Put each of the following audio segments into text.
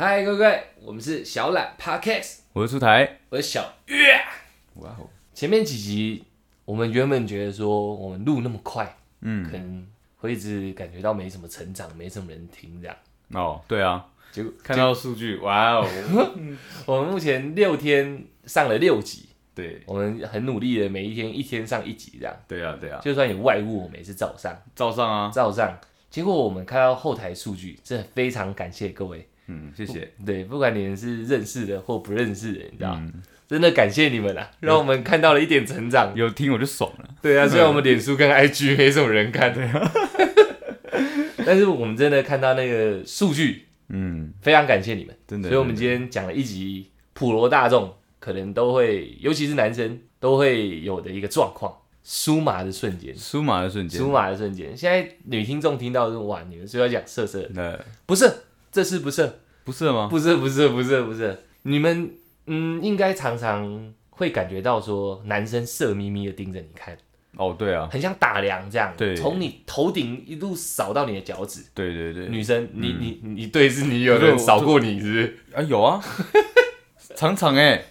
嗨，各位，我们是小懒 Podcast，我是出台，我是小。哇哦，前面几集我们原本觉得说我们录那么快，嗯，可能会一直感觉到没什么成长，没什么人听这样。哦，对啊，结果看到数据，哇哦，我们目前六天上了六集，对，我们很努力的每一天一天上一集这样，对啊，对啊，就算有外务，我们也是照上照上啊，照上。结果我们看到后台数据，真的非常感谢各位。嗯，谢谢，对，不管你们是认识的或不认识的，你知道，嗯，真的感谢你们啊，让我们看到了一点成长。有听我就爽了，对啊，虽然我们脸书跟 IG 没什么人看，对啊， 但是我们真的看到那个数据，嗯，非常感谢你们，真的所以我们今天讲了一集普罗大众可能都会，尤其是男生都会有的一个状况——酥麻的瞬间。舒马的瞬间酥，麻的瞬间，现在女听众听到是哇，你们是不是要讲色色的，那不是，这是不是？不是吗？不是，不是，不是，不是，你们嗯，应该常常会感觉到说，男生色眯眯的盯着你看。哦，对啊，很像打量这样，对从你头顶一路扫到你的脚趾。对对对，女生，你你你对是你有对人我扫过你是不是？啊有 啊，常常哎，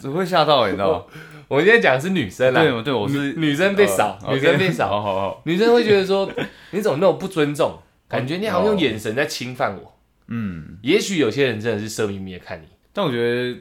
只会吓到，你知道吗？我们今天讲的是女生啦， 对对，我是女女生被扫，哦女生被 OK，扫，好好好，女生会觉得说你怎么那么不尊重，感觉你好像用哦眼神在侵犯我。嗯，也许有些人真的是色眯眯的看你，但我觉得。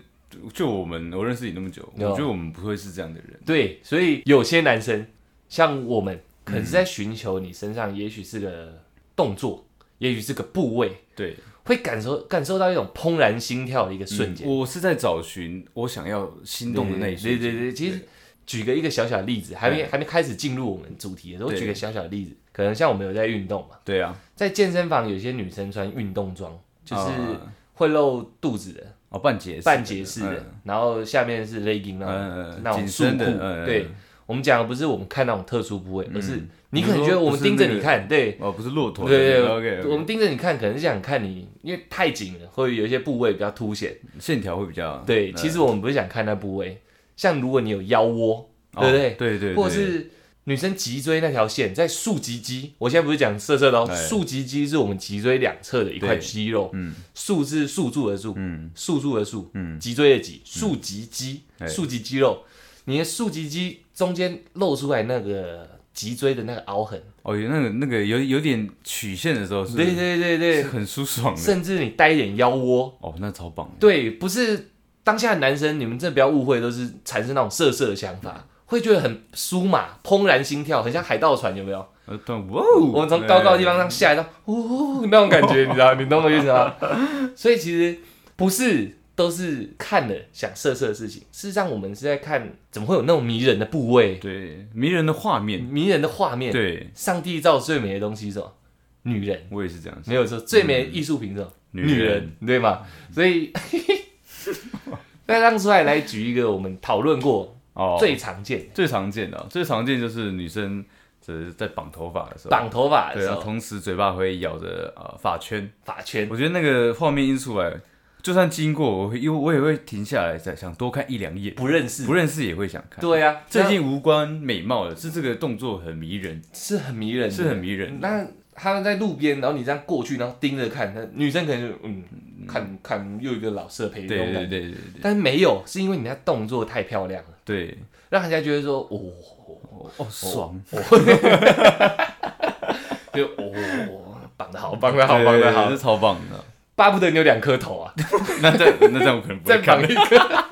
就我们，我认识你那么久，我有觉得我们不会是这样的人。对，所以有些男生像我们，可能是在寻求你身上，也许是个动作，也许是个部位，对，会感受感受到一种怦然心跳的一个瞬间。我是在找寻我想要心动的那一瞬对间。对对，其实举个一个小小的例子，还没还没开始进入我们主题的时候，对举个小小的例子，可能像我们有在运动嘛，对啊，在健身房有些女生穿运动装，就是啊会露肚子的、哦半截式的半截式的嗯，然后下面是 legging 那种嗯嗯那种紧束身的裤，嗯对嗯。我们讲的不是我们看那种特殊部位，而是你你可能说觉得我们不是盯着那你个看，对哦不是骆驼对的对，OK，我们盯着你看，可能是想看你，因为太紧了，或者有一些部位比较凸显，线条会比较对，其实我们不是想看那部位，像如果你有腰窝，哦对不对？对对，或者是女生脊椎那条线，在竖脊肌，我现在不是讲色色的哦，对竖脊肌是我们脊椎两侧的一块对肌肉，嗯竖是竖住的竖，嗯竖住的竖，嗯脊椎的脊，竖脊肌，对竖脊肌肉，你的竖脊肌中间露出来那个脊椎的那个凹痕，哦有那个那个有有点曲线的时候是对对对是对，很舒爽的甚至你带一点腰窝，哦那超棒对，不是当下的男生，你们真的不要误会，都是产生那种色色的想法，会觉得很酥麻，怦然心跳，很像海盗船，有没有？呃但哇哦我们从高高的地方上下来到，呜、那种感觉，你知道，你懂我意思吗？ 所以其实不是都是看了想色色的事情，事实上我们是在看怎么会有那种迷人的部位、对迷人的画面迷人的画面。对上帝造最美的东西是什么？女人。我也是这样子没有错，最美的艺术品是什么？女女人人，对吗？所 以，那让出来来举一个我们讨论过哦最常见的最常见的最常见就是女生只是在绑头发的时候绑头发的对时啊候，同时嘴巴会咬着呃发圈发圈，我觉得那个画面一出来，就算经过，我会因为我也会停下来，再想多看一两眼，不认识不，认识也会想看。，对啊，最这近无关美貌的，是这个动作很迷人，是很迷人的，是很迷人。那他们在路边，然后你这样过去，然后盯着看，那女生可能就嗯，看看又一个老色胚，对对对对，对对但是没有，是因为你那动作太漂亮了，对，对让人家觉得说，哦，哦哦爽， 就哦，绑得好，绑得好，对绑对得对好这，超棒的。巴不得你有两颗头啊。那这样那这样我可能不再会看 绑。一个。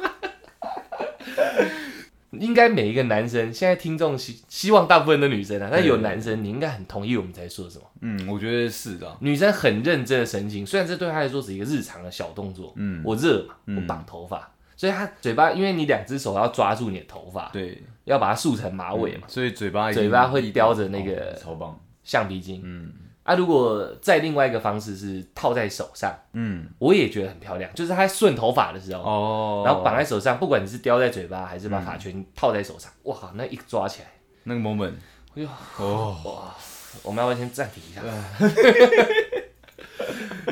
应该每一个男生，现在听众希希望大部分的女生啊，但有男生，你应该很同意我们在说什么。嗯，我觉得是的。女生很认真的神情，虽然这对她来说只是一个日常的小动作，嗯，我热嘛，我绑头发，所以她嘴巴，因为你两只手要抓住你的头发，对，要把它束成马尾嘛，所以嘴巴一定嘴巴会叼着那个哦超棒。橡皮筋，嗯，啊，如果再另外一个方式是套在手上，嗯，我也觉得很漂亮，就是她顺头发的时候，哦，然后绑在手上，不管你是叼在嘴巴还是把发圈套在手上，哇靠，那一抓起来，那个 moment，哎呦哦，哇！我们要不要先暂停一 下？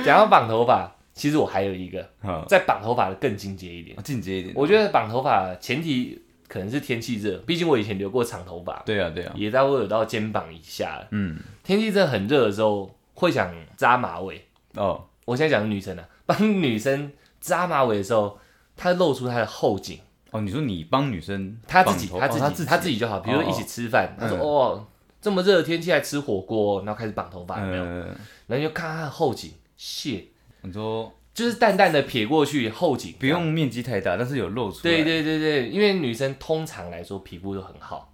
讲到绑头发，其实我还有一个，好，啊在绑头发的更进阶一点。进阶一点。我觉得绑头发前提可能是天气热，毕竟我以前留过长头发，对啊，对啊，也大概有到肩膀以下了。嗯，天气真的很热的时候，会想扎马尾。哦，我现在讲的女生啊， 帮女生扎马尾的时候，她露出她的后颈，哦，你说你帮女生她自己绑头她自己、哦她嗯自己她自己就好。比如说一起吃饭，她说哦，这么热的天气还吃火锅，然后开始绑头发，有没有？呃，然后就看她的后颈，谢，你说就是淡淡的撇过去后颈，不用面积太大，但是有啊露出来，对对对对，因为女生通常来说皮肤都很好，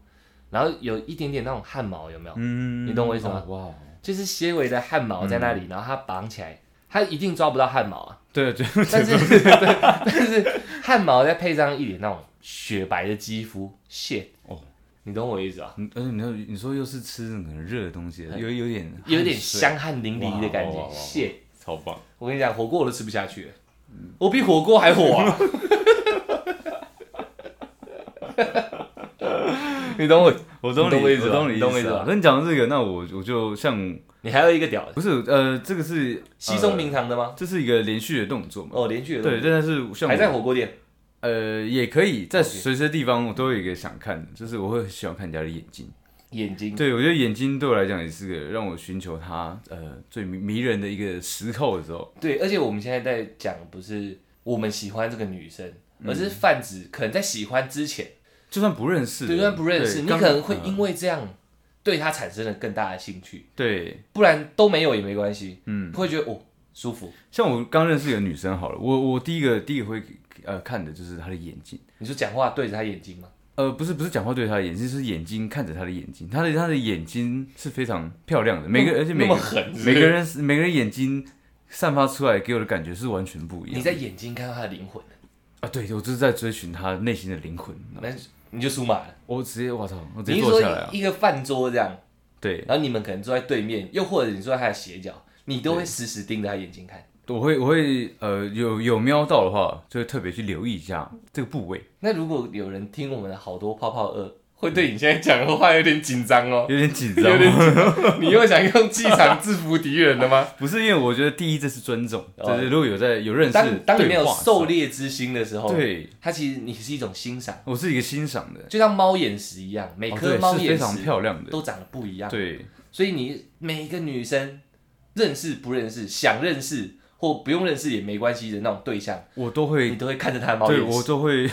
然后有一点点那种汗毛，有没有？嗯你懂我意思吗哦就是纤维的汗毛在那嗯里，然后她绑起来，她一定抓不到汗毛啊 哇，。对对，但是 对但是汗毛再配上一点那种雪白的肌肤，谢哦哦，你懂我意思吧？嗯而且你说你说又是吃那个很热的东哎西，有有点有点汗水，香汗淋漓的感哇哇觉，哇哇谢。超棒，我跟你讲，火锅我都吃不下去了，我比火锅还火啊！ 你懂我？我懂你懂我意思吧懂你你懂我意思吧吧？那你讲到这个，那我我就像你还有一个屌的，不是呃，这个是稀松，呃平常的吗？这是一个连续的动作嘛？哦，连续的对，但是像还我在火锅店，呃，也可以在 OK 随些地方，我都有一个想看的，就是我会很喜欢看人家的眼睛。眼睛对我觉得眼睛对我来讲也是个让我寻求它呃最迷迷人的一个时候的时候。对，而且我们现在在讲不是我们喜欢这个女生，嗯而是泛指可能在喜欢之前，就算不认识的，对，就算不认识，对你刚可能会嗯因为这样对她产生了更大的兴趣，对，不然都没有也没关系，嗯，会觉得哦舒服。像我刚认识一个女生好了，我我第一个第一个会呃看的就是她的眼睛，你说讲话对着她眼睛吗？呃，不是不是讲话对她的眼睛，是眼睛看着她的眼睛，她的她的眼睛是非常漂亮的，每个而且每那么个狠是不是每个人每个人眼睛散发出来给我的感觉是完全不一样的。你在眼睛看到她的灵魂，啊，对，我就是在追寻他内心的灵魂。那你就输麻了。我直接，我操，我直你接是坐下来说啊！一个饭桌这样，对，然后你们可能坐在对面，又或者你坐在她的斜角，你都会时时盯着她眼睛看。我会，我会，呃，有有瞄到的话，就会特别去留意一下这个部位，那如果有人听我们的好多泡泡二，会对你现在讲的话有点紧张哦。有点紧有张。点紧张， 你又想用气场制服敌人了 吗？ 不是因为我觉得第一这是尊重，哦就是如果有在有认识对话的时当候，当你没有哦狩猎之心的时候，，对，它其实你是一种欣赏，我是一个欣赏的，就像猫眼石一样，每哦颗对，猫是非眼常石漂亮的，都长得不一样，对，所以你每一个女生认识不认识，想认识或不用认识也没关系的那种对象，我都你会，都会看着她的猫对眼我石。都会，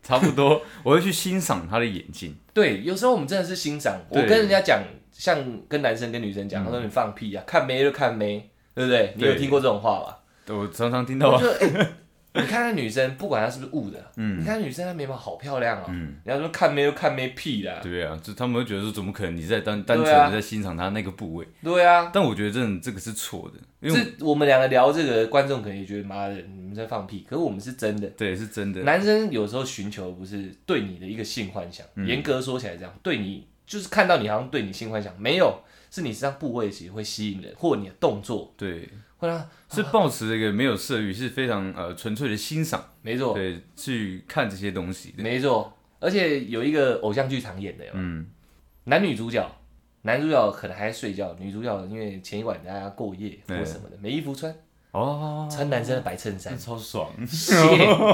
差不多，我会去欣赏他的眼睛。对，有时候我们真的是欣赏。我对跟人家讲，像跟男生跟女生讲，他说你放屁啊，看妹就看妹，对不对？你有对听过这种话吧？我常常听到我啊，就哎你看那女生，不管她是不是雾的，你看那女生她眉毛好漂亮哦。嗯人家说看妹就看妹屁啦，对啊，就他们会觉得说，怎么可能你在单单纯对啊的在欣赏他那个部位？对啊。但我觉得真的这个是错的，因为这我们两个聊这个，观众可能也觉得妈的你们在放屁，可是我们是真的我。对是真的，男生有时候寻求不是对你的一个性幻想，嗯严格说起来这样，对你就是看到你好像对你性幻想没有，是你身上部位其实会吸引人，或你的动作对，会让是保持一个没有色欲，是非常呃纯粹的欣赏，没错对，去看这些东西的，没错，而且有一个偶像剧常演的有没有嗯，男女主角，男主角可能还在睡觉，女主角因为前一晚大家过夜或什么的，没衣服穿，哦，穿男生的白衬衫，超爽，谢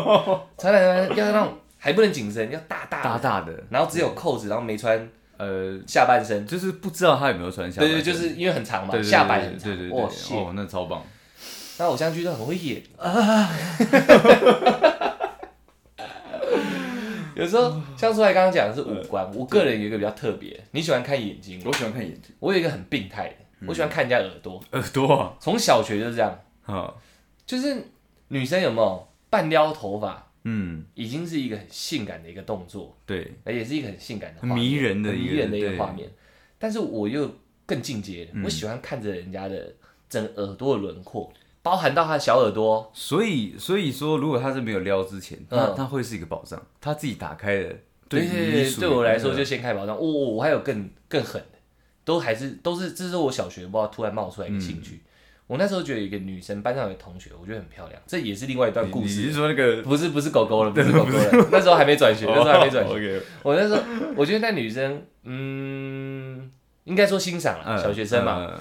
穿男生要那种还不能紧身，要大大的大大的，然后只有扣子，然后没穿呃，下半身。就是不知道他有没有穿下对半对，身，就是因为很长嘛，对对下摆很长对对。对，哇对塞！哦，那超棒，那偶像剧都很会 演啊。有时候像出来刚刚讲的是五官，嗯我个人有一个比较特别，你喜欢看眼睛吗，我喜欢看眼 睛，我有一个很病态的，我喜欢看人家耳朵。耳朵啊，从小学就是这样，好，就是女生有没有半撩头发，嗯，已经是一个很性感的一个动作，对，也是一个很性感的画很面、迷人的很一迷个人的一个对嗯画面。但是我又更进阶了，我喜欢看着人家的整个耳朵的轮廓，包含到她的小耳朵，所以所以说，如果他是没有撩之前，那嗯他会是一个宝藏，他自己打开的，对你对你对，属于对我来那个说就先开保障。我、我我还有更更狠的，都还是都是，这是我小学不知道突然冒出来一个兴嗯趣。我那时候觉得有一个女生班上有个同学，我觉得很漂亮，这也是另外一段你故你事是。说那个不是不是狗狗了，不 是狗狗了，那时候还没转学，那时候还没转学。学。我那时候，我觉得那女生，嗯，应该说欣赏嗯了，小学生嘛，嘛，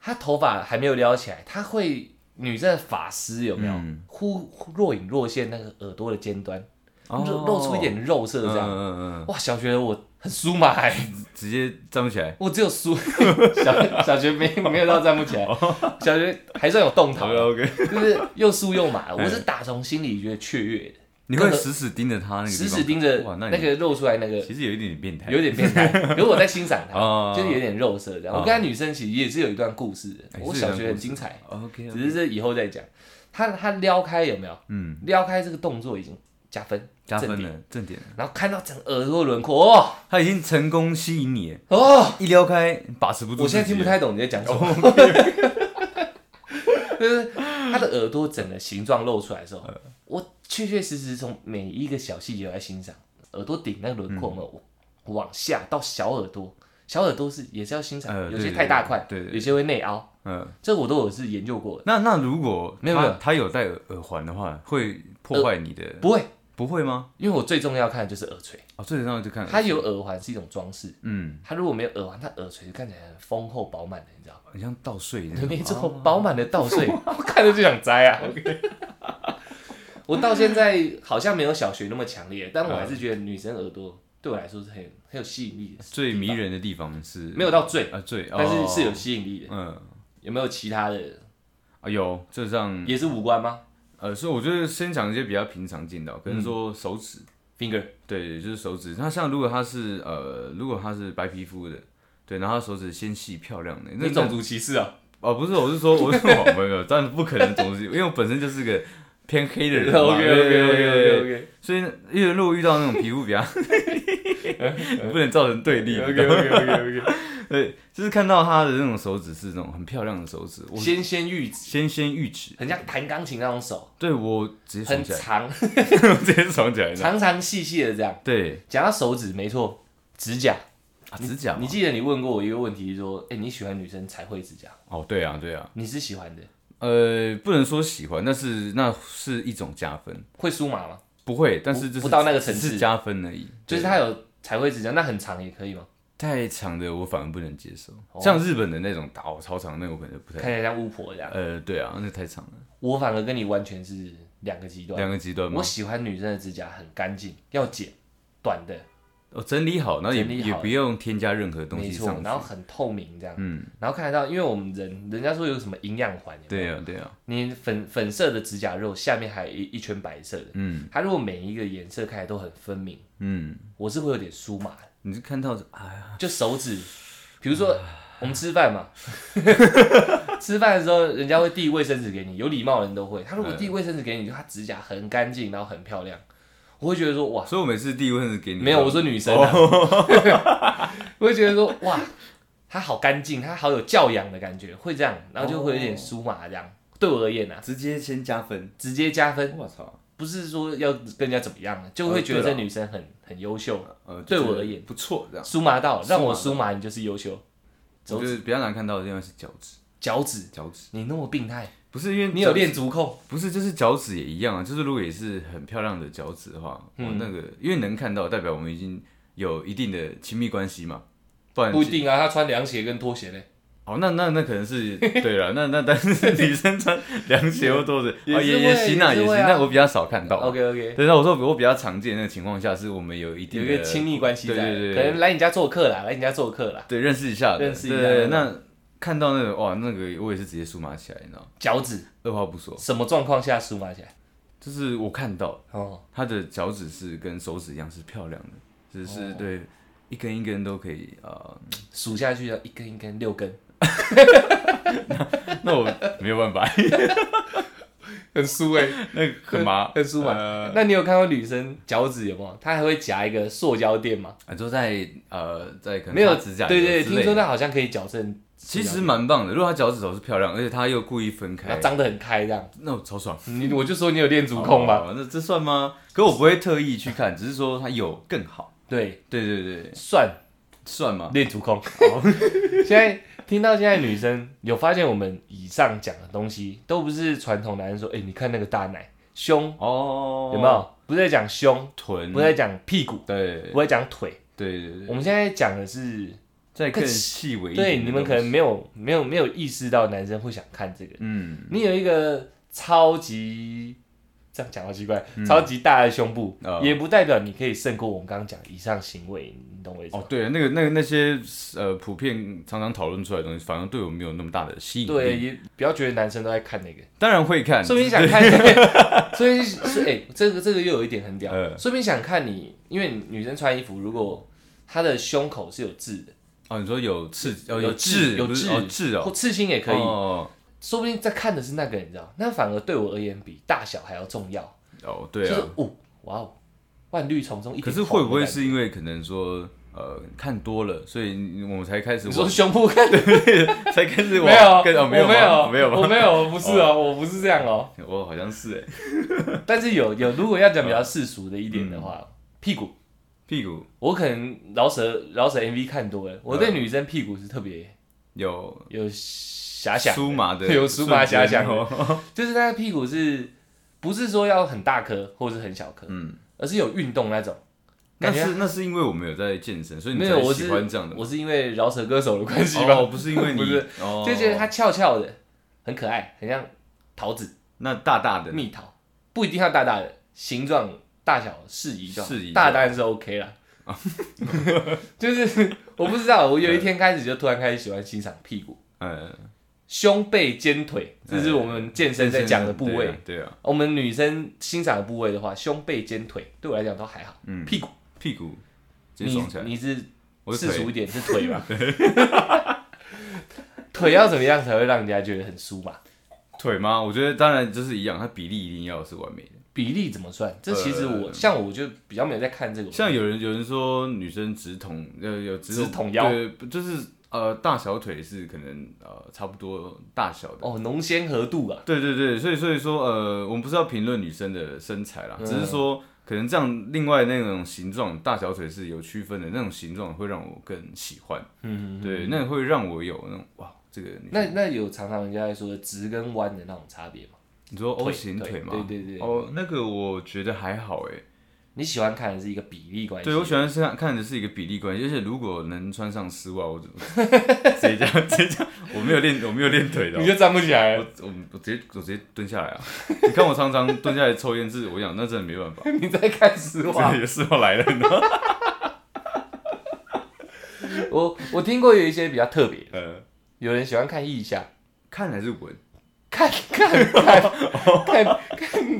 她头发还没有撩起来，她会女生的发丝有没有、嗯忽忽若隐若现那个耳朵的尖端，哦露露出一点肉色这样。嗯嗯嗯哇，小学的我很酥麻、欸， 嗯，直接站不起来。我只有酥， 小小学没没有到站不起来，哦小学还算有动弹， OK，就是又酥又麻。哎我是打从心里觉得雀跃的，你会死死盯着他那个地死方死盯着哇，那那你个露出来那个，其实有一点点变态，有点变 态，可是我在欣赏他，啊，就是有点肉色这样。我跟他女生其实也是有一段故事的，哦哎我是有一段小学很故事哦精彩， OK，只是这以后再讲。他他撩开有没有？嗯，撩开这个动作已经加分，加分正了，正点了，然后看到整个耳朵轮廓，哦他已经成功吸引你了，哦，一撩开把持不哦住，我现在听不，太懂你在讲什么。 就是他的耳朵整个形状露出来的时候，嗯我确确实实从每一个小细节都在欣赏。耳朵顶那个轮廓嘛，嗯我往下到小耳朵，小耳朵是也是要欣赏，呃有对些对太大块，对对对有些会内凹，嗯，这我都有是研究过的。那那如果没有他没有他有戴耳耳环的话，会破坏你的，不会，不会吗？因为我最重要看的就是耳垂，哦，最重要就看它有耳环是一种装饰，嗯，它如果没有耳环，它耳垂就看起来很丰厚饱满的，你知道吗？很像倒睡那对样，没错，饱满的稻穗，我看着就想摘啊。我到现在好像没有小学那么强烈，但我还是觉得女生耳朵对我来说是很很有吸引力的，最迷人的地方是没有到最，啊最，但是哦是有吸引力的。嗯有没有其他的？啊有，这上也是五官吗呃，所以我觉得先讲一些比较平常见到，比如嗯说手指， ？Finger 对，就是手指。那像如果他是呃，如果他是白皮肤的，对，然后他手指纤细漂亮的，那你种族歧视啊？哦，不是，我是说，我是说， 哦没有没有，但不可能总是，因为我本身就是个偏黑的 OK 人 OK OK 对对对 OK 对 OK 所以呢因为如果遇到那种皮肤比较，不能造成对立 OK OK OK OK，对，就是看到他的那种手指是那种很漂亮的手指，我纤纤玉指，纤纤玉指，很像弹钢琴那种手，对我直接很爽起来，长，我 直接爽起来的，长长细细的这样。对，讲到手指，没错，指甲。啊指甲嘛，你记得你问过我一个问题，说，哎、你喜欢女生才会指甲，哦，对啊，对啊，你是喜欢的，呃，不能说喜欢，但是那是一种加分，会酥麻吗？不会，但是就是不到那个层只是次加分而已，就是对他有才会指甲，那很长也可以吗？太长的我反而不能接受，哦像日本的那种打我超长那个我可能不看太，起来像巫婆这样。呃，对啊，那太长了，我反而跟你完全是两个极端。两个极端嘛我，喜欢女生的指甲很干净，要剪短的，我哦整理好，然后也整理好也不用添加任何东没西错，上然后去，很透明这样，嗯，然后看得到，因为我们人人家说有什么营养环，有没有对啊，对啊，你粉粉色的指甲肉下面还有一一圈白色的，嗯它如果每一个颜色看起来都很分明，嗯，我是会有点酥麻的。你是看到哎呀，就手指，比如说我们吃 饭嘛，吃饭的时候人家会递卫生纸给你，有礼貌的人都会。他如果递卫生纸给你，就他指甲很干净，然后很漂亮，我会觉得说哇，所以我每次第一问是给你，没有，我说女生、啊，哦 我会觉得说哇，她好干净，她好有教养的感觉，会这样，然后就会有点酥麻这样。对我而言啊，直接先加分，直接加分，我操，不是说要跟人家怎么样，就会觉得呃对这啦女生很很优秀，呃，对就是我而言不错，这样，酥麻到让我酥酥麻，你就是优秀。我手觉指、得比较难看到的地方是脚趾，脚趾，脚趾你那么病态。不是因为你有脚练足控，不是，就是脚趾也一样啊，就是如果也是很漂亮的脚趾的话，嗯、那个因为能看到，代表我们已经有一定的亲密关系嘛，不然不一定啊。他穿凉鞋跟拖鞋嘞，哦，那那那可能是对了， 那那但是女生穿凉鞋或拖鞋， 也哦是也会也行啊，也是也行，会啊但我比较少看到。 OK OK，对，那我说我比较常见的情况下，是我们有一有定一的个亲密关系在，对对对可能来你家做客啦，来你家做客啦。对认识一下的，认识一下对对的对那看到那个哇，那个我也是直接数码起来，你知道吗，脚趾二话不说，什么状况下梳麻起来？就是我看到哦，他的脚趾是跟手指一样是漂亮的，只是、哦对一根一根都可以啊、数下去要一根一根六根，呃那我没有 办法，很酥哎，那个很麻 很酥嘛。呃那你有看过女生脚趾有没有？她还会夹一个塑胶垫吗？啊就在呃在可能没有，擦指甲油对对，之听类的说那好像可以矫正，其实蛮棒的。如果他脚趾头是漂亮，而且他又故意分然开后，张得很开这样。那我超爽。你嗯我就说你有练足控嘛，哦？那这算吗？可我不会特意去看，只是说他有更好。对，对对对，算算吗？练足控。啊 现在听到现在女生有发现我们以上讲的东西，都不是传统男人说，哎、你看那个大奶胸哦，有没有？不是在讲胸，臀？不是在讲屁股，对不会讲腿。对对我对，们现在讲的是，再更更细微一点的对东西。你们可能没有没有没有意识到男生会想看这个。嗯你有一个超级这样讲好奇怪，超级大的胸部、哦也不代表你可以胜过我们刚刚讲以上行为，你懂我意思吗？哦，对，那个、那个、那些呃，普遍常常讨论出来的东西，反而对我没有那么大的吸引力。对，，也不要觉得男生都在看那个，当然会 看，说不定想看，说不定是哎、这个这个又有一点很屌，嗯说不定想看你，因为女生穿衣服，如果她的胸口是有痣的，哦，你说有刺，哦有痣痣，有不是痣哦，痣或哦，刺青也可以，哦，说不定在看的是那个，你知道，那反而对我而言比大小还要重要，哦，对就是啊。哦，哇哦，万绿丛中一点可是会不会红的是因为可能说呃看多了，所以我们才开始感觉？你说往胸 部看才开始往没有？啊跟哦没有我没吗有，没有我吗？没有，我不是哦，我不是这样哦。 我好像是哎，但是有有，如果要讲比较世俗的一点的嗯话，屁股，屁股我可能饶舌饶舌 MV 看多了，我对女生屁股是特别有有遐想，酥麻的， 有酥麻遐想哦。 就是她的屁股是不是说要很大颗或者是很小颗，嗯，而是有运动那种。那感觉是那是因为我们有在健身，所以你没有，才我喜是欢这样的吗。我是因为饶舌歌手的关系吧，哦，不是因为 你，不是哦就觉得它翘翘的，很可爱，很像桃子、那大大的蜜桃，不一定要大大的，形状大小适宜就好适宜哦大当然是 OK 啦。就是 我不知道，我有一天开始就突然开始喜欢欣赏屁股、呃，胸背、肩腿，这是我们健身在讲的部哎对位啊。，对啊，我们女生欣赏的部位的话，胸背、肩腿对我来讲都还好。嗯屁股，屁股直接你爽起来，你是我是世俗腿一点是腿 吧？腿要怎么样才会让人家觉得很酥嘛？腿吗？我觉得当然就是一样，它比例一定要是完美的。比例怎么算？这其实我、呃像我就比较没有在看这个，像有人有人说女生直筒，呃，有直筒腰对，就是呃大小腿是可能呃差不多大小的。哦浓鲜合度啊，对对对，所以所以说呃，我们不是要评论女生的身材啦，嗯只是说可能这样另外那种形状，大小腿是有区分的，那种形状会让我更喜欢。嗯，对，那会让我有那种哇，这个女那那有常常人家在说直跟弯的那种差别吗？你说 O 型腿腿吗？对对对哦，那个我觉得还好哎。你喜欢看的是一个比例关系，对，我喜欢身上看的是一个比例关系，而且如果能穿上丝袜，我 直接这样直接这样，我没有练，我没有练腿的哦、你就站不起来了，我我我直接我直接蹲下来啊！ 你看我常常蹲下来抽烟，是我想那真的没 办法，你在看丝这袜个。也是要来了， 你知道吗？我我听过有一些比较特别，呃，有人喜欢看腋下，看还是闻？看看看看看，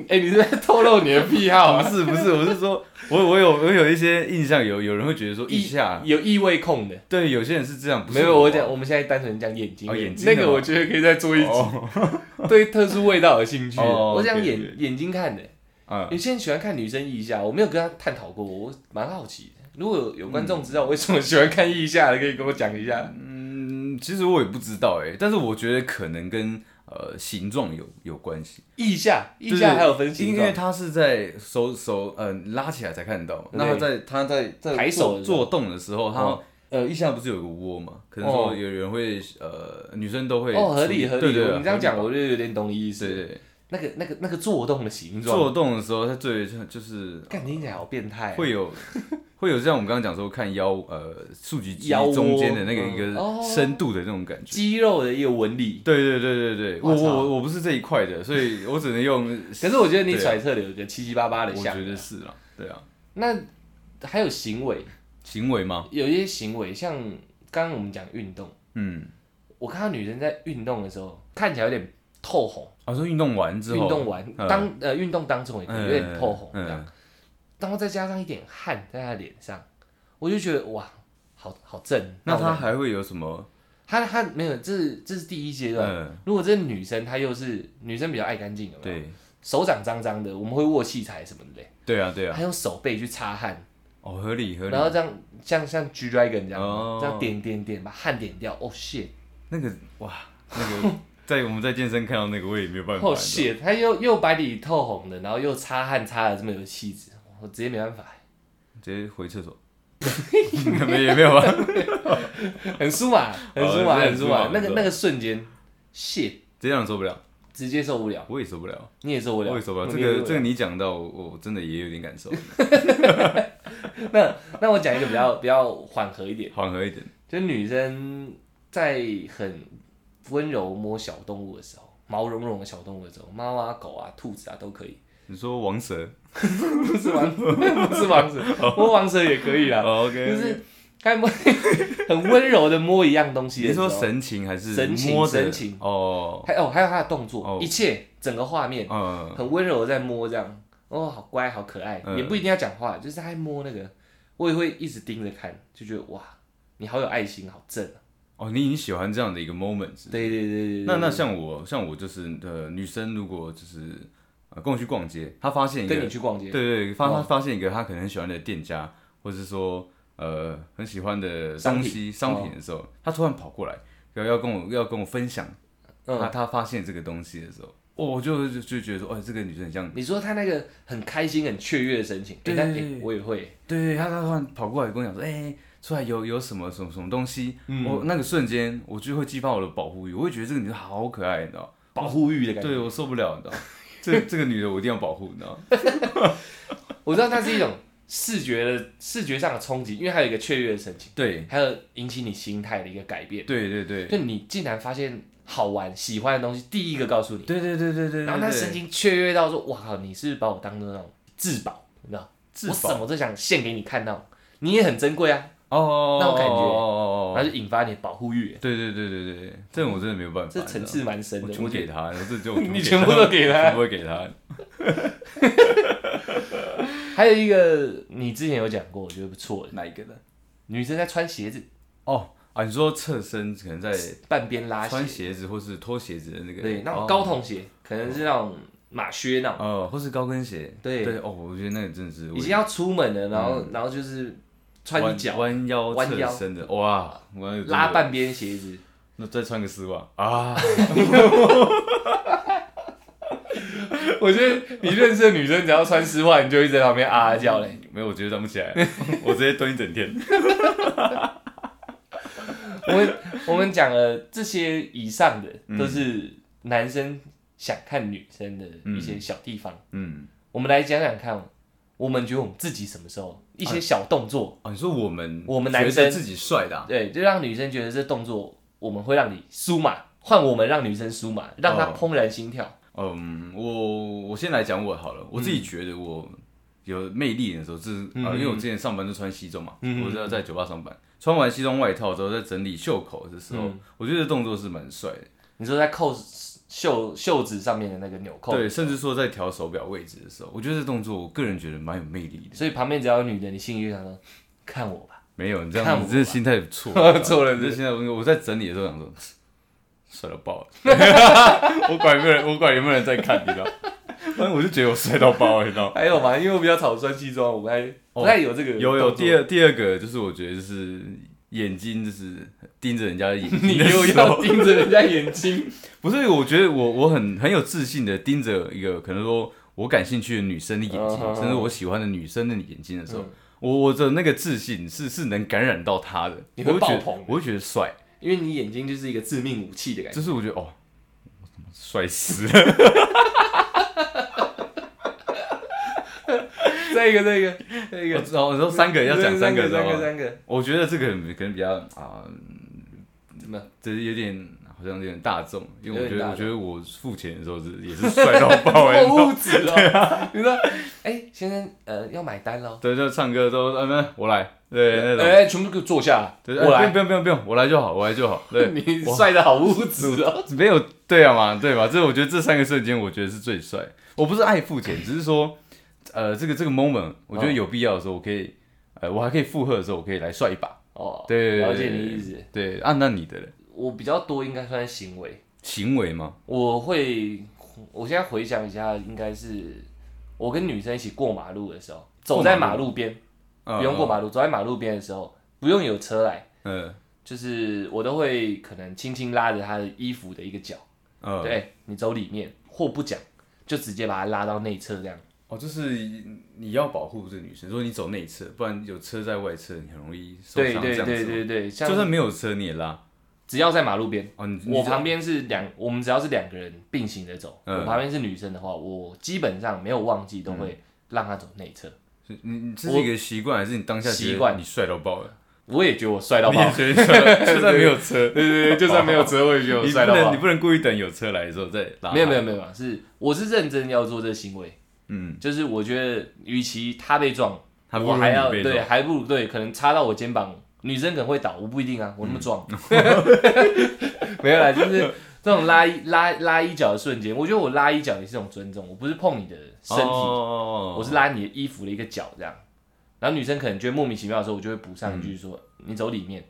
哎、你是在透露你的癖 好不啊？是不是，我是说，我我有我有一些印象，有有人会觉得说腋 下，有异味控的。对，有些人是这样，不是啊没有，我啊讲我们现在单纯讲眼睛哦而已，眼睛那的个嘛我觉得可以再做一集，哦，对特殊味道有兴趣。哦我讲对对眼眼睛看的，嗯，有些人喜欢看女生腋下，我没有跟他探讨过，我蛮好奇的。如果有有观众知道为什么喜欢看腋下的，可以跟我讲一下。嗯其实我也不知道哎、但是我觉得可能跟呃形状有有关系。腋下，腋对下还有分形因为状，它是在手手嗯、拉起来才看得到嘛，对那它在它在在抬手做的时候做动的时候，它、哦呃腋下不是有个窝嘛？可能哦说有人会呃女生都会哦，合处理合对理。对对你这样讲，合理我就有点懂你意思。对对对那个那个那个做动的形状，做动的时候，它最就是看听起来好变态啊。会 有会有像我们刚刚讲说看腰呃竖脊肌腰窝中间的那个嗯一哦个深度的那种感觉。肌肉的一个纹理，对对对对对，我哇操我我不是这一块的，所以我只能用，可是我觉得你对啊揣测的有个七七八八的我像觉。得是啦，对啊，那还有行为，行为吗？有一些行为，像刚刚我们讲运动，嗯，我看到女生在运动的时候看起来有点透红，啊，说运动完之运后，动完嗯当呃运动当中也可能有点透红这样嗯，，然后再加上一点汗在她脸上，我就觉得哇，好好正。那他她还会有什么？她她没有，这是这是第一阶段。嗯，如果这是女生，她又是女生比较爱干净，有没有？对，手掌脏脏的，我们会握器材什么的嘞，对啊，对啊她，用手背去擦汗，哦，合理合理然。后这样像像 G Dragon 这样，哦这样点点点把汗点掉。哦 shit，那个哇，那个在我们在健身看到那个，我也没有办法。哦 shit，他又又白里透红的，然后又擦汗擦的这么有气质，我直接没办法，直接回厕所。没也没有啊，很酥嘛，很酥嘛，很哦很酥酥嘛嘛，那个很酥那个瞬间，shit，这样受不了，直接受不了，我也受不了，你也受不我了，也受不了。这你也个受这个你讲到，我我真的也有点感受，那那我讲一个比较比较缓和一点，缓和一点。就是女生在很温柔摸小动物的时候，毛茸茸的小动物的时候，猫啊、狗啊、兔子啊都可以，你说王蛇不是王， 不是王子，摸王蛇也可以啦，哦，OK，就是该摸 很温柔的摸一样东西你的时候。说神情还是神情摸着神情哦，还哦，还有他的动作，哦一切整个画面嗯，很温柔地在摸这样，哦，好乖，好可爱，嗯也不一定要讲话，就是他在摸那个，我也会一直盯着看，就觉得哇，你好有爱心，好正啊、哦，你已经喜欢这样的一个 moment，是对对对对对，那那像我像我就是呃，女生如果就是呃跟我去逛街，她发现一个跟你去哦逛街，对对，发她发现一个她可能很喜欢的店家，或者是说呃很喜欢的商东品哦西商品的时候，她突然跑过来要要跟我要跟我分享她嗯，她发现这个东西的时候，哦，我就就就觉得说，哎，这个女生很像你说他那个很开心、很雀跃的神情，对诶那对诶我也会，对，他他突然跑过来跟我讲说，哎、出来有有什么什么什么东西，嗯我那个瞬间我就会激发我的保护欲，我会觉得这个女的好可爱，你知道？保护欲的感觉。对我受不了，你知道？这这个女的我一定要保护，你知道？我知道它是一种视觉的视觉上的冲击，因为它有一个雀跃的神情，对还有引起你心态的一个改变。对对对就你竟然发现好玩、喜欢的东西，第一个告诉你，对对对对对，然后他神情雀跃到说：“哇靠，你是不是把我当做那种至宝，你知道？ 自我什保么都想献给你看到，你也很珍贵啊。哦，那种感觉哦哦然哦后就引发你的保护欲，对对对对对，这种我真的没有办法，这你层知道次蛮深我的。全部我觉给得他，我这 就你全部都给他全部会给他，还有一个你之前有讲过，我觉得不错的，哪一个呢？女生在穿鞋子哦啊，你说侧身可能在半边拉穿鞋，鞋子或是脱鞋子的那个，对，那哦种高筒鞋，可能是那种马靴那种。”哦，或是高跟鞋，对对哦，我觉得那个真的是已经要出门了，然后、然后就是穿一脚弯弯腰嗯弯腰侧身的，哇，我那个真的拉，半边鞋子，那再穿个丝袜啊， 我觉得你认识的女生只要穿丝袜，你就会在旁边啊啊叫嘞。没有，我绝对站不起来， 我直接蹲一整天。 我们我们讲了这些以上的都是男生想看女生的一些小地方，嗯，我们来讲讲看，我们觉得我们自己什么时候一些小动作，哦，你说我们我们男生觉得自己帅的啊，对，就让女生觉得这动作我们会让你酥麻，换我们让女生酥麻，让她哦怦然心跳。嗯，我我先来讲我好了，我自己嗯觉得我有魅力的时候，就是啊，因为我之前上班就穿西装嘛，嗯我是要在酒吧上班，穿完西装外套之后，在整理袖口的时候嗯，我觉得动作是蛮帅的。你说在扣袖袖子上面的那个纽扣，对，甚至说在调手表位置的时候，我觉得这动作我个人觉得蛮有魅力的。所以旁边只要有女的，你心里就想说，看我吧，没有，你这看样我你这心态错 错了你是这心态不错。我在整理的时候想说，帅到 爆了，我管有没有人，我管有没有人在看，你知道？反正我就觉得我帅到爆，你知道？还有嘛，因为我比较草穿西装，我不太不太哦有这个有有，动作 第，二第二个就是我觉得就是眼睛就是盯着人家的眼睛你的又时要候，盯着人家眼睛，不是？我觉得我我很很有自信的盯着一个可能说我感兴趣的女生的眼睛，嗯甚至我喜欢的女生的眼睛的时候嗯，我我的那个自信是是能感染到她的，你会我觉得爆棚哎我会觉得帅。因为你眼睛就是一个致命武器的 感觉。就是我觉得哦，我他妈帅 死了，再一个，再一个，再一我个，知道，我说三个要讲三个，知道三个，吗？三个，我觉得这个可能比较啊，怎么样？这有点好像有点大众，因为我有觉点得大众我觉得我付钱的时候是也是帅到爆 哎、破物质哦，你说，哎，先生，呃，要买单喽。对，就唱歌都嗯、啊，我来，对那种，哎，全部给我坐下，对，哎我来不。用不用不用，我来就好，我来就好，对，你哇帅的好物质哦，没有对啊嘛，对吧？这我觉得这三个瞬间，我觉得是最帅。我不是爱付钱，只是说，呃，这个这个 moment，我嗯觉得有必要的时候，我可以，呃，我还可以附和的时候，我可以来帅一把。哦，对，了解你意思。。对，啊，那你的嘞我比较多应该算是行为，行为吗？我会，我现在回想一下，应该是我跟女生一起过马路的时候，走在马路边，不用过马路，走在马路边的时候，不用有车来，嗯。就是我都会可能轻轻拉着她的衣服的一个角，嗯，嗯，对你走里面或不讲，就直接把她拉到内侧这样。哦，就是你要保护这个女生，如果你走内侧，不然有车在外侧，你很容易受对伤。对这样子对吗，对对，像就算没有车你也拉。只要在马路边，哦，你你我旁边是两，我们只要是两个人并行的走，嗯我旁边是女生的话，我基本上没有忘记都会让她走内侧。是你你这是一个习惯，还是你当下觉得习惯你帅到爆了？我也觉得我帅到你爆也，觉得帅 到，就算没有车，对对对，就算没有车位，就你不能你不能故意等有车来的时候再拉。没有没有没有，是我是认真要做这个行为，嗯，就是我觉得，与其他被撞，还不我如还要你被对，动，还不如对，可能插到我肩膀，女生可能会倒，我不一定啊，我那么壮，没有啦，就是这种拉一拉拉一脚的瞬间，我觉得我拉一脚也是一种尊重，我不是碰你的身体，哦我是拉你的衣服的一个角这样，然后女生可能觉得莫名其妙的时候，我就会补上一句说、你走里面，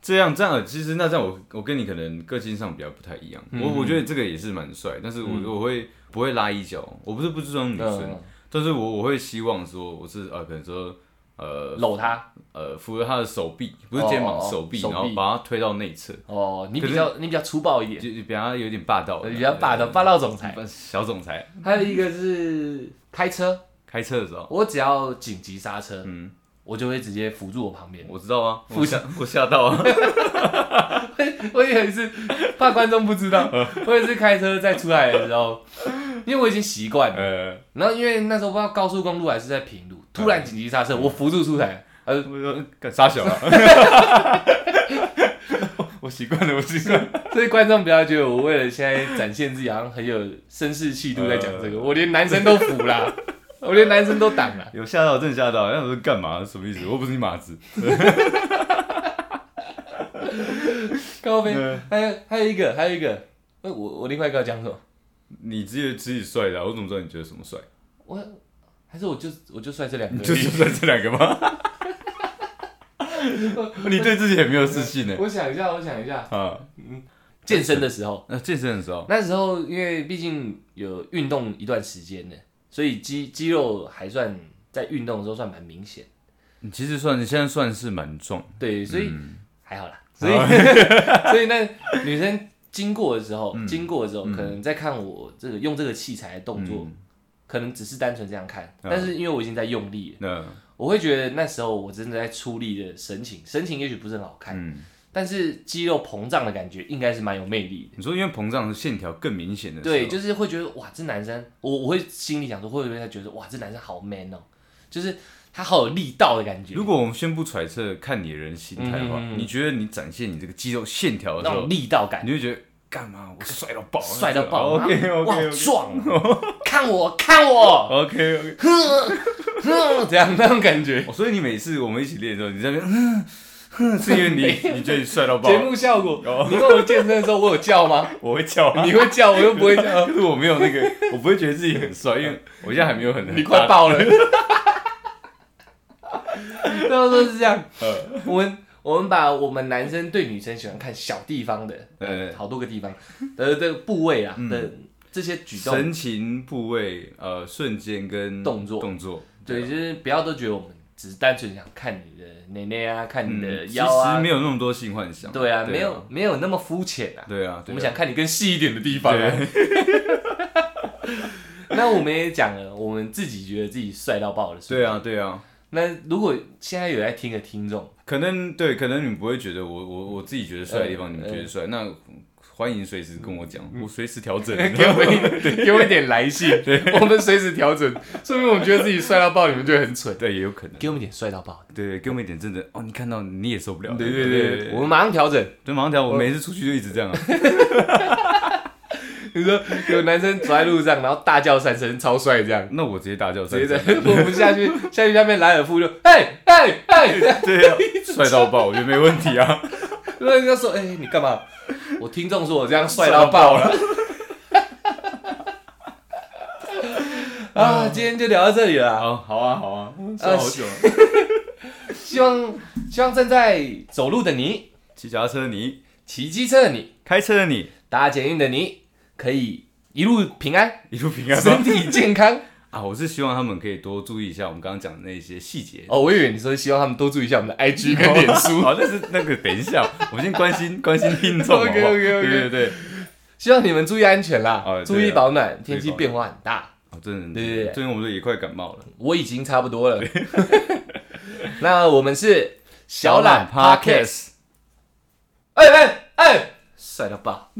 这样这样，其实那这样我我跟你可能个性上比较不太一样，我我觉得这个也是蛮帅，但是我、我会不会拉一脚，我不是不尊重女生，嗯，但是我我会希望说我是呃可能说呃搂她呃扶着她的手臂，不是肩膀、哦哦手臂，手臂然后把她推到内侧，哦，你可比是较你比较粗暴一点，就就比她有点霸道，比较霸道霸道总裁，道，小总裁还有一个是开车，开车的时候，我只要紧急刹车，嗯我就会直接扶住我旁边。 我知道啊，副我吓我吓到 啊，我以为是怕观众不知道，嗯 我也是开车在出来的时候，因为我已经习惯了。呃，然后因为那时候不知道高速公路还是在平嗯路，突然紧急刹车，我扶住出来，我说干傻小啊，我 我习惯了，我习惯了。所以观众不要觉得我为了现在展现自己好像很有绅士气度在讲这嗯个，我连男生都扶啦，我连男生都挡啦。有吓到，真的吓到。那我说干嘛？什么意思？我又不是你马子。高飞嗯，还有还有一个，还有一个，呃我我另外一个要讲什么？你自己自己帅的啊、我怎么知道你觉得什么 帅？我还是我就我就帅这两个而已，就是帅这两个吗？ 你 对自己很没有自信呢、我想一下，我想一下，啊，健身的时候。那健身的时候，那时候因为毕竟有运动一段时间了，所以肌肌肉还算在运动的时候算蛮明显，你其实算你现在算是蛮壮，对，所以、嗯还好啦。所以所以 那女生经过的时候，嗯经过的时候可能在看我这个用这个器材的动作，嗯可能只是单纯这样看，但是因为我已经在用力了，那我会觉得那时候我真的在出力的神情，神情也许不是很好看，嗯，但是肌肉膨胀的感觉应该是蛮有魅力的。你说因为膨胀是线条更明显的时候，对，就是会觉得哇，这男生，我我会心里想说，会不会他觉得哇，这男生好 man 哦，就是他好有力道的感觉，如果我们先不揣测看你的人心态的话，嗯嗯嗯你觉得你展现你这个肌肉线条的那时种候，力道感，你会觉得干嘛？我帅到爆，帅到爆， OK 然后哇，好 OK 壮啊，看我看我， OK OK。哼哼，这样那种感觉，哦，所以你每次我们一起练的时候，你在那边，嗯嗯，是因为 你你觉得你帅到爆节，目效果，你跟我健身的时候，我有叫 吗？我会叫啊，你会叫，我又不会叫，可是我没有那个，我不会觉得自己很帅，因为我现在还没有很，你快爆，爆了， 那时候是这样，呃我们我们把我们男生对女生喜欢看小地方的，呃，好多个地方的的部位啊的这些举动，神情部位，呃，瞬间跟动作动作，对，就是不要都觉得我们只是单纯想看你的奶奶啊，看你的嗯，其腰啊实没，有那么多性幻想，对啊，没有，没有那么肤浅啊，对啊，我对啊们想看你更细一点的地方啊。 那我们也讲了，我们自己觉得自己帅到爆的时候，对啊，对啊，那如果现在有在听的听众，可能对，可能你们不会觉得我我我自己觉得帅的地方，呃嗯你们觉得帅，那欢迎随时跟我讲，我随时调整， 给我一给我一点来 信，我们随时调整，说明我们觉得自己帅到爆，你们就会很蠢。对，也有可能，给我们一点帅到爆，对，给我们一点真的哦，你看到你也受不了，我们马上调整。对，马上调。我每次出去就一直这样 啊。你说有男生走在路上，然后大叫三声，超帅这样，那我直接大叫直接三在声，我不下去， 下去下面莱尔富就哎哎哎， 对啊，帅到爆，我觉得没问题啊。 如果人家说哎、你干嘛？我听众说我这样帅到爆 了。啊，今天就聊到这里了啊。好，好啊，好啊，呃说好久了。希望希望正在走路的你，骑脚踏车的你，骑机车的你，开车的你， 搭捷运的你，可以一路平安，一路平安身吧。体健康。啊，我是希望他们可以多注意一下我们刚刚讲的那些细节。哦，我以为你说希望他们多注意一下我们的 IG 啊跟脸书。好，但是那个等一下，我先关心关心听众好不好 OK，OK，OK 对对对，希望你们注意安全啦，哦对啊注意保暖，天注意气保暖变化很大，哦，真的，对对对最近我们都也快感冒了。我已经差不多了。那我们是小懒 Podcast，哎 Podcast，哎哎哎，帅到爆！